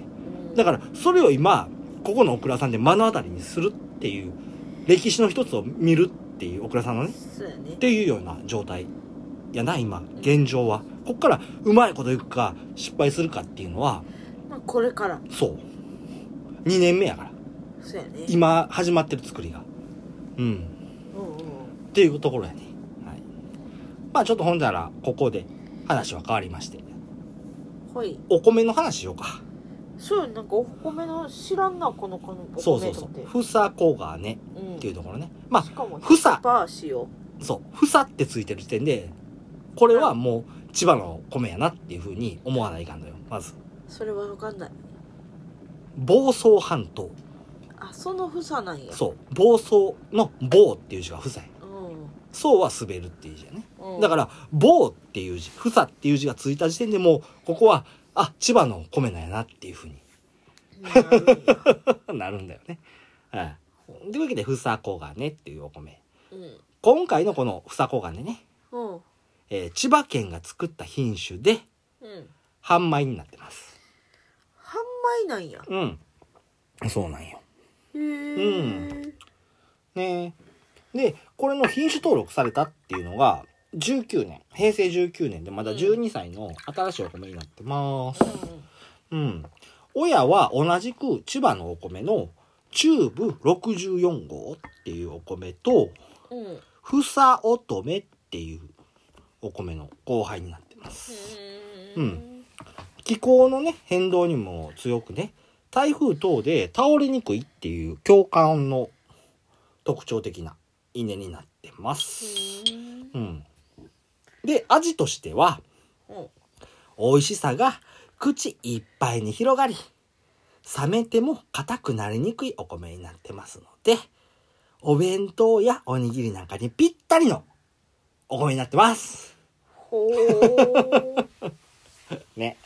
だからそれを今ここのオクラさんで目の当たりにするっていう歴史の一つを見るっていうオクラさんのね
そうやね
っていうような状態やな今現状はこっからうまいこといくか失敗するかっていうのは
まあ、これから
そう2年目やから
そうやね
今始まってる作りがうん
うんうん
っていうところやねはいまあちょっとほんならここで話は変わりまして
はい
お米の話しようか
そうやなんかお米の知らんなこのこのお
そう
米
そう
と
そ
思って
うふさこがね
うん
っていうところねまあ
しかも
ふさ
パー塩
そうふさってついてる時点でこれはもう千葉の米やなっていうふうに思わないかんのよまず
それは分かんない
房総半島
あそのふさなんや
そう暴走の「暴」っていう字が「不在
ううん
「そう」は滑るっていう字やね
うん
だから「暴」っていう字「不さ」っていう字がついた時点でもうここはあ千葉の米なんやなっていうふうに <laughs>
なるんや
なるんだよねはいというわけで「ふさこがね」っていうお米
うん
今回のこの「ふさこがねね」
うん
えー千葉県が作った品種で
うん
販売になってます
半米なんや
うんそうなんよ
へえ
ねえでこれの品種登録されたっていうのが19年平成19年でまだ12歳の新しいお米になってますうん親は同じく千葉のお米の中部64号っていうお米と
うんうん
ふさおとめっていうお米の後輩になってます
う
うんん気候のね変動にも強くね台風等で倒れにくいっていう共感の特徴的な稲になってます。うん、で味としては
うん
美味しさが口いっぱいに広がり冷めても硬くなりにくいお米になってますのでお弁当やおにぎりなんかにぴったりのお米になってます。
ほ
<laughs>
ー
ね。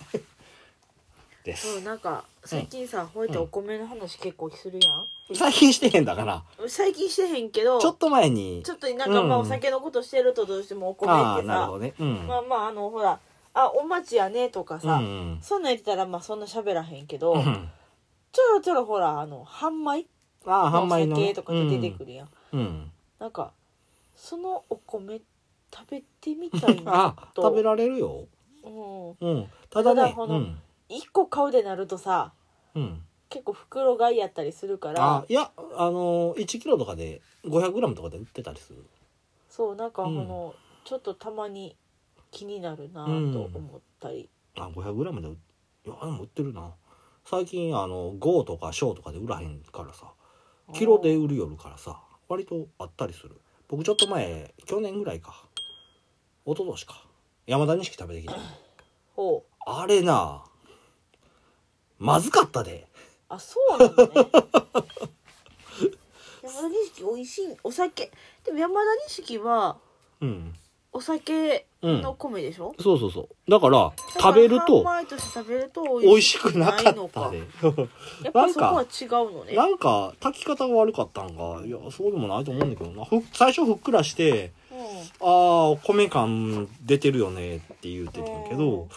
で
そう
す。
なんか最近さほえてお米の話結構するや
最近してへんだから。
ん最近してへんけど
ちょっと前に
ち。ょっとなんか
うん
まあお酒のことしてるとどうしてもお米
あ
っ
あ、
て
なるほ
さ
どね。うん。
まあまああのほら「あお待ちやね」とかさ、
うん
そんなん言ってたらまあそんな喋らへんけど、
うん。
ちょろちょろほらあの半米
ああ、
の
半
お
米の。
酒とかで出てく
る。
るやん、
うん。
なんかそのお米食べてみたいな
<laughs> あ、
と
食べられるよ。
うん、
うん。ただ
ただ
ね。
こ
う
の
ん。
一個買うでなるとさ
うん。
結構袋買いやったりするから
あ、いや、あのー、1キロとかで、500グラムとかで売ってたりする。
そうなんかこ
うん
の、ちょっとたまに気になるなと思ったり、
あ、500グラムで売っいやでも売ってるな最近あの GO とかショーとかで売らへんからさキロで売るよるからさ割とあったりする僕ちょっと前去年ぐらいか一昨年か山田錦食べてきた
ほう
あれなまずかったで
あそうな
<laughs>
んだね山田錦美味しいお酒でも山田錦は
うん
お酒の米でしょ、
そうそうそうだから食べると
毎年食べると
美味しくなか
い
っ
の
たで
やっぱそこは違うのね
なんか炊き方が悪かったんがいやそうでもないと思うんだけどなふ最初ふっくらして
う
あー米感出てるよねって言っててんけど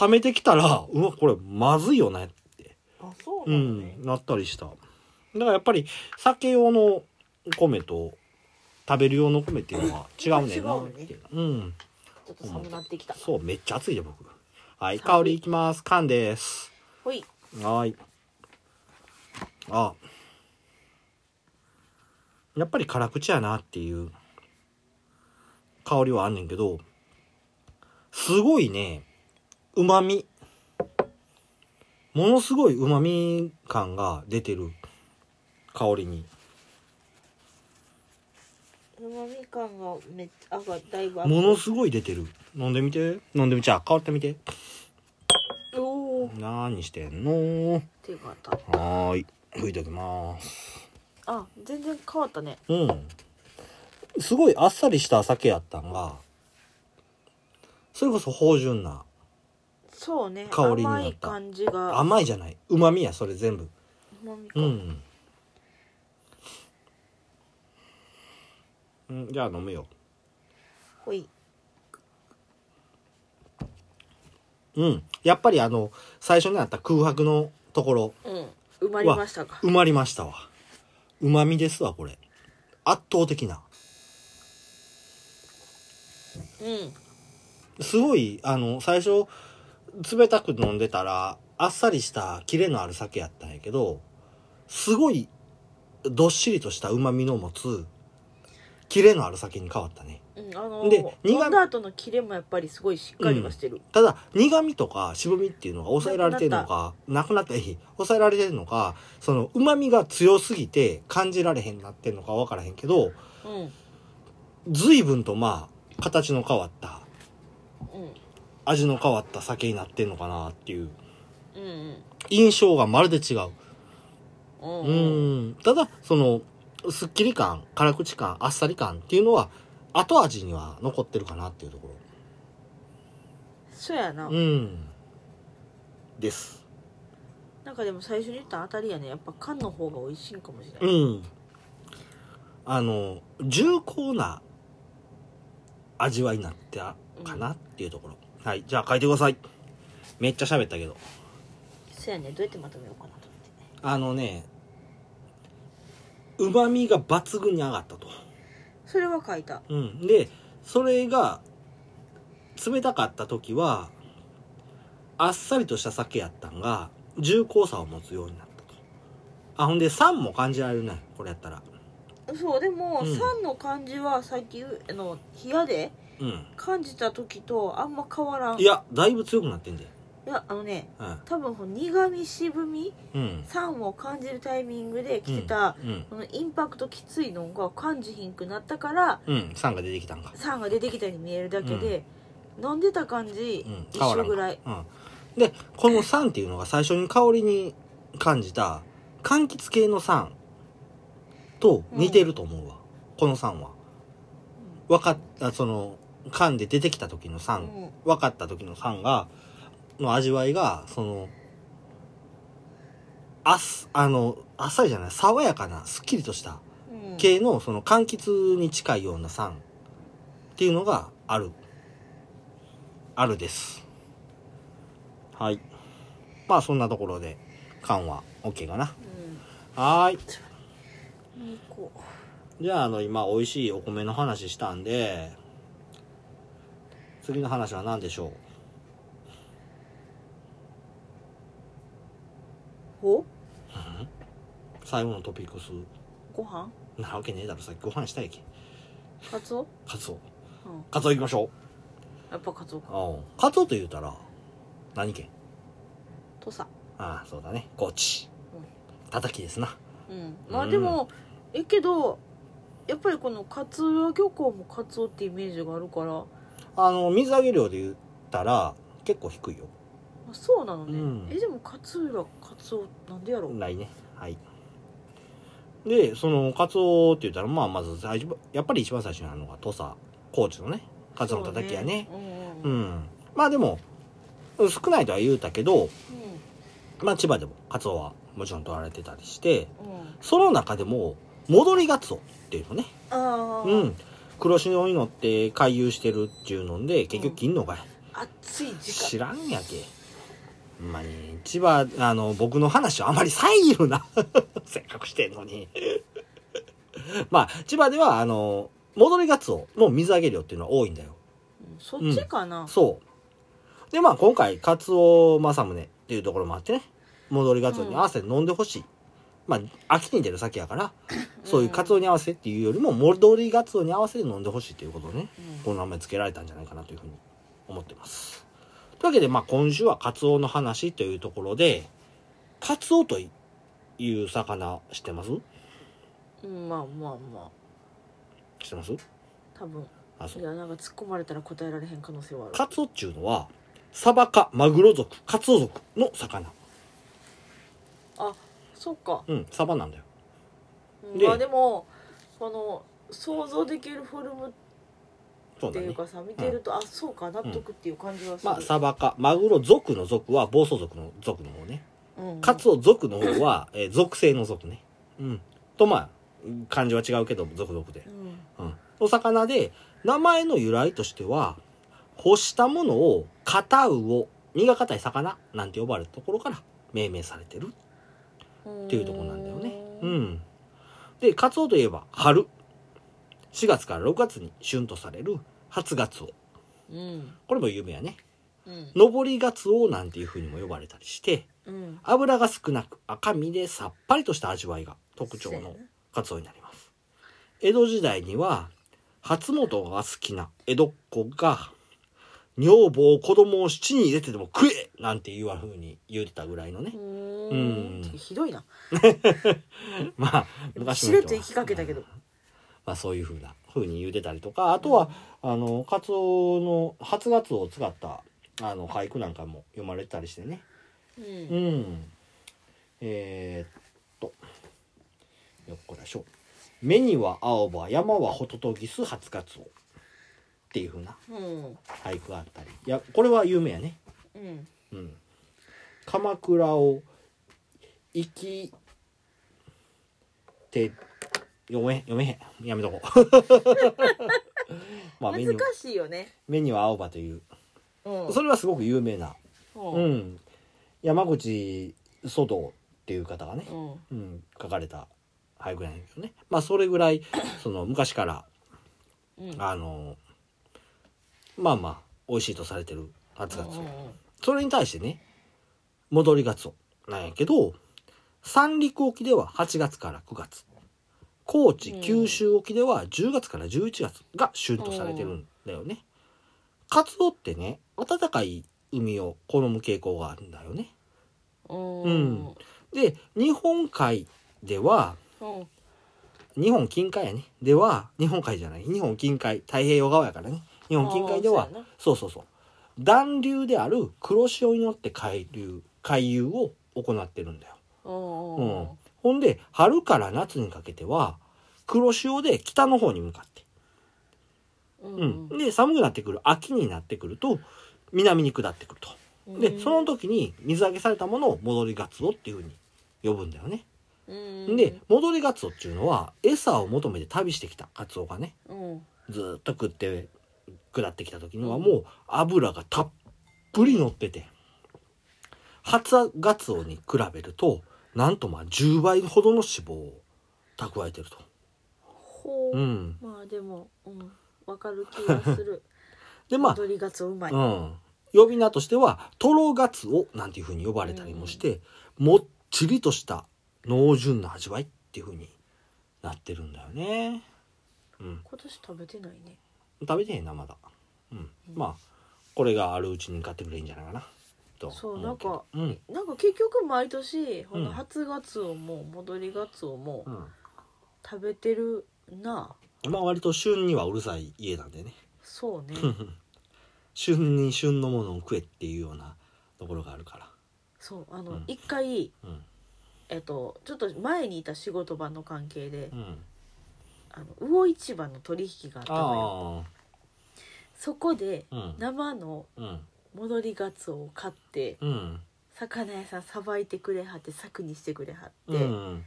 冷めてきたらうわこれまずいよねって
んあそう
う
なのね
ん、なったりしただからやっぱり酒用の米と食べる用の米っていうのは <laughs> 違うねんなって
違う
うん
ちょっと寒なってきた
そうめっちゃ熱いで僕はい
寒い
香りいきます缶です
ほい
はーいあやっぱり辛口やなっていう香りはあんねんけどすごいねうまみものすごいうまみ感が出てる香りに
うまみ感がめっちゃあがだいぶ
もの
す
すごい出てる飲んでみて飲んでみちゃう香ってみて
おお
何してんの
手が当たっ
はーい拭いときます
たあ全然変わったね
うんすごいあっさりした酒やったんがそれこそ芳醇な
そうね
香りになった
甘い感じが
甘いじゃないうまみやそれ全部
うまみ
う
感、
ん、うん、じゃあ飲むよ
ほい
うんやっぱりあの最初にあった空白のところ
うん埋まりましたか
埋まりましたわうまみですわこれ圧倒的な
うん
すごいあの最初冷たく飲んでたらあっさりしたキレのある酒やったんやけどすごいどっしりとしたうまみの持つキレのある酒に変わったね
うん、あのー
で苦み
飲んだ後のキレもやっぱりすごいしっかりはしてる、
ただ苦味とか渋みっていうのが抑えられてるのかなくなったり抑えられてるのかそのうまみが強すぎて感じられへんなってんのか分からへんけど
うんうん
随分とまあ形の変わった味の変わった酒になってんのかなっていう
うん
印象がまるで違う
うん
う
うん
んただそのすっきり感辛口感あっさり感っていうのは後味には残ってるかなっていうとこ
そうやな、
ろうんです
なんかでも最初に言ったあたりやねやっぱ缶の方が美味しいんかもしれ
う
ない、
んあの重厚な味わいになったかなっていうところ、はいじゃあ書いてくださいめっちゃ喋ったけど
そうやねどうやってまとめようかなと思って
あのねうまみが抜群に上がったと
それは書いた
うん、でそれが冷たかった時はあっさりとした酒やったんが重厚さを持つようになったとあほんで酸も感じられるねこれやったら
そうでも、
うん
酸の感じはさっきあの冷やで
うん
感じた時とあんま変わらん
いやだいぶ強くなってんで
いやあのね
うん
多分この苦み渋み
うん
酸を感じるタイミングで来てた、
うん、
このインパクトきついのが感じひんくなったから
うんうん、酸が出てきたんか
酸が出てきたように見えるだけで、飲んでた感じ、
うん
一
変わら
緒
ん
ぐらい
うんでこの酸っていうのが最初に香りに感じた柑橘系の酸と似てると思うわ、この酸は分かったその噛んで出てきた時の
う
酸、
ん
分かった時の酸がの味わいがそのあっあのあっさりじゃない爽やかなすっきりとした
うん
系のその柑橘に近いような酸っていうのがあるあるですはいまあそんなところで缶は OK かなはーい
うんもうこう
じゃああの今美味しいお米の話したんで次の話は何でしょ
お
う最後のトピックス
ご飯
なわけねえだろさっきご飯したいけ
カツオ、
カツオ
うん、
カツオ行きましょ
やっぱカツオ
ううんカツオと言うたら何県
土佐
ああそうだね高知
うん
叩きですな
うんまあ
うん
でも、えけどやっぱりこのカツオ漁港もカツオってイメージがあるから
あの水揚げ量で言ったら結構低いよ
あそうなのね、
うん
えでも勝浦カツオなんでやろう、
来ねはいでそのカツオって言ったらまあまず最初やっぱり一番最初にあるのが土佐高知のねカツオのたたきやね
そうねう
うん
うんうん
んまあでも少ないとは言うたけどまあ千葉でもカツオはもちろん取られてたりして
うんうん
その中でも戻りガツオっていうのね
ああ、
うん黒潮に乗って回遊してるっていうので結局金のが
暑い時
知らんやけほんまに千葉あの僕の話をあまり遮るな <laughs> せっかくしてんのに <laughs> まあ千葉ではあの戻りガツオの水揚げ量っていうのは多いんだよ
間、うんそっちかな、
そうでまあ今回カツオ政宗っていうところもあってね戻りガツオに合わせて飲んでほしい、まあ秋に出る酒やからそういうカツオに合わせっていうよりも戻りガツオに合わせて飲んでほしいっていうことをね
うん
この名前付けられたんじゃないかなというふうに思ってます。というわけで、まあ、今週はカツオの話というところで、カツオという魚知ってます
うんまあまあま
知ってます
あ多分
あ、そ。
いうやなんか突っ込まれたら答えられへん可能性はある
カツオっていうのは、サバ科、マグロ属、カツオ属の魚。
あそっか、
うん、サバなんだよ。
うん
で
まあでもこの想像できるフォルム
そう
って
だ
いう
ね。
かさ見てると、あそうか納得っていう感じはする、
まあ、サバ科、マグロ属の属は暴走族の属の方ね。
うん
カツオ属の方は、えー属性の属ね。うん。と、まあ、漢字は違うけど、属属で
う。ん
うん、お魚で名前の由来としては干したものを「片魚」身が硬い魚なんて呼ばれるところから命名されてるっていうところなんだよね。う
うん
ん、でカツオといえば春4月から6月に旬とされる初ガツオ
うん
これも有名やね
うん
上りガツオなんていうふうにも呼ばれたりして
うん
脂が少なく赤身でさっぱりとした味わいが特徴のカツオになります江戸時代には初元が好きな江戸っ子が女房子供を七に入れてでも食えなんていうふうに言ってたぐらいのね
う、
うん
んひどいな
まあ昔
し
の
れっ
人
と
は
行きかけたけど
まあ、そういうふうなふうに言ってたりとかあとは、あのカツオの初ガツオを使ったあの俳句なんかも読まれてたりしてね
う
うんん。えーっと。よっこらしょ。目には青葉、山はホトトギス、初カツオ。っていう風な
うん
俳句があったり。いや、これは有名やね。
うん
うん。鎌倉を生きて、読め、読めへん。やめとこう。
<laughs>
まあ、目
難
には
しいよね
目には青葉という。
うん
それはすごく有名な。
う
うんん。山口書道っていう方がね、
うん
うん、書かれた俳句なんやけどねまあそれぐらい <coughs> その昔から
うん
あのまあまあ美味しいとされてる初ガツ
う
オ
んうん
それに対してね戻りガツオなんやけど三陸沖では8月から9月高知
うん
九州沖では10月から11月が旬とされてるんだよねカツオってね暖かい海を好む傾向があるんだよね
うん
う
うん
で日本海では
ん
日本近海やねでは日本海じゃない日本近海太平洋側やからね日本近海で
あ
は
ーそうやな
そうそうそう暖流である黒潮に乗って海流海遊を行ってるんだよ、
うん
う
うん
ん、ほんで春から夏にかけては黒潮で北の方に向かって、
うん
うん、で寒くなってくる秋になってくると南に下ってくると
うん
でその時に水揚げされたものを戻りガツオっていうふうに呼ぶんだよね
うん
で戻りガツオっていうのは餌を求めて旅してきたカツオがね
うん
ずーっと食って下ってきた時にはもう油がたっぷり乗ってて初ガツオに比べるとなんとまあ10倍ほどの脂肪を蓄えてると、
ほ
う、
うんまあでもうんわかる気がする
でまあ
踊りがつうまい
うん、呼び名としてはトロガツオなんていうふうに呼ばれたりもして、もっちりとした濃純な味わいっていうふうになってるんだよね、うん、
今年食べてないね
食べてへんなまだ、うん、まあこれがあるうちに買ってくれいいんじゃないかなと
そう
思けどうん
なんか結局毎年こ
う
の
ん
初ガツオも戻りガツオも
う
食べてるな、
ん、まあ割と旬にはうるさい家なんでね <laughs>
そうね
旬に旬のものを食えっていうようなところがあるか
そうあ
う
の
ん
一、回、
らうん
えっと、ちょっと前にいた仕事場の関係で、
うん
あの魚市場の取引があったの
あ
よそこで
あうん
生の
うん
戻りガツオを買って
うん
魚屋さんさばいてくれはって柵にしてくれはって、
うん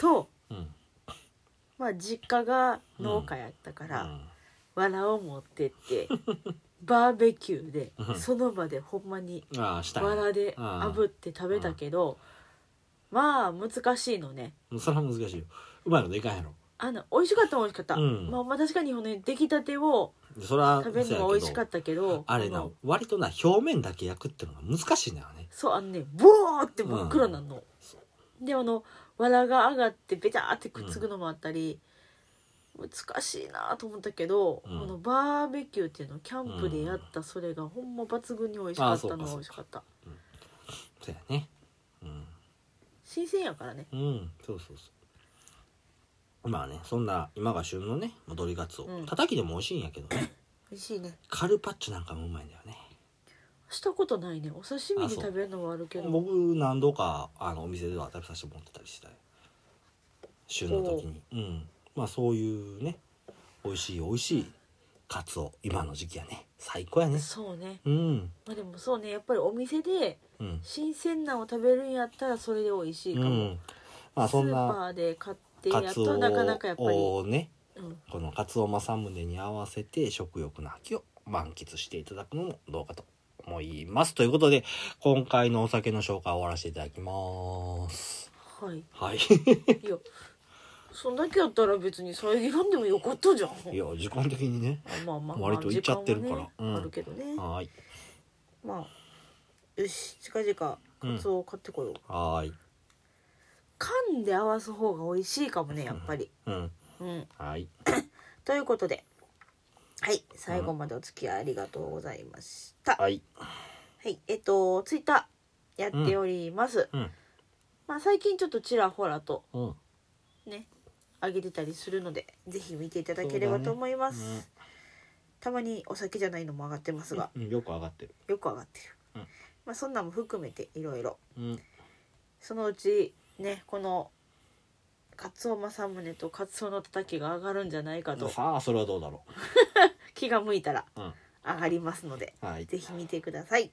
と、
うん
まあ、実家が農家やったから、わらを持ってって
<laughs>
バーベキューで
うん
その場でほんまに
うんああした
わら
い
で炙って食べたけどまあ難しいのね
それは難しいようまいこといかんやろ
あの美味しかったは美味しかった、
うん
まあ、まあ確かにほんで出来たてを
それは
食べるのが美味しかったけど
あれな
の
割とな表面だけ焼くってのが難しいんだよね
そうあのねボーって真っ黒なの、であのわらが上がってベターってくっつくのもあったり、難しいなと思ったけど、
うん
このバーベキューっていうのをキャンプでやったそれがほんま抜群に美味しかったの
あ
は
そうかそうか
美味しかった
そうやねうん
新鮮やからね
うんそうそうそうまあねそんな今が旬のね戻りガツオ、
うん
叩きでも美味しいんやけどね
美味しいね
カルパッチョなんかもうまいんだよね
したことないねお刺身
あ
で
そう
食べるのはあるけど
僕何度かあのお店では食べさせてもらってたりしたよ旬の時にうんまあそういうね美味しい美味しいカツオ今の時期やね最高やね
そうね
うん
まあでもそうねやっぱりお店で
うん
新鮮なのを食べるんやったらそれで美味しいうかも、
んまあそん
スーパ
な
ーで買ってや
カ
っ
ツオ
となかなかやっぱり、
をね
うん、
このカツオ正宗に合わせて食欲の秋を満喫していただくのもどうかと思いますということで今回のお酒の紹介を終わらせていただきます
はい
<laughs> はい
いやそんだけやったら別に遮らんでもよかったじゃん
いや時間的にね
あまあまあ、まあ、
割といっちゃってる
時間は
からうん
ねあるけどね、
はい
まあよし近々カ
うん
ツオを買ってこよう、
はい
噛んで合わす方が美味しいかもねやっぱり
うん
うん
はい
ということではい最後までお付き合いありがとうございました、
はい
はい、えっと、ツイッターやっております。
うん
まあ、最近ちょっとちらほらと
うん
ね、上げてたりするので、ぜひ見ていただければと思います。
そうだねうん
たまにお酒じゃないのも上がってますが、
うんよく上がってる
よく上がって
う
る。
ん
まあ、そんなんも含めていろいろ。
うん
そのうち、ね、この、カツオ正宗とカツオのたたきが上がるんじゃないかと、
さあそれはどうだろ
気が向いたら
ううん
上がりますので、
はい
ぜひ見てください。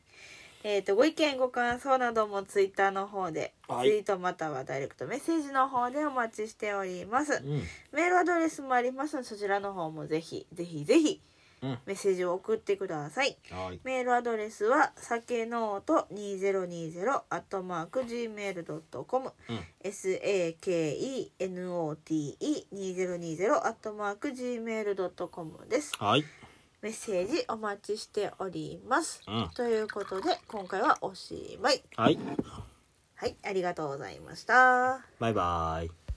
えっ、と、ご意見、ご感想などもツイッターの方で、
はい
ツイートまたはダイレクトメッセージの方でお待ちしております。
うん
メールアドレスもありますので、そちらの方もぜひ、ぜひぜひ、
うん
メッセージを送ってください。
はい
メールアドレスは、さけのうと2020アットマーク gmail.com、
うん sakenote2020 アットマーク
gmail.com です。
はい
メッセージお待ちしております。
うん
ということで今回はおしまい。
はい
はい、ありがとうございました。
バイバイ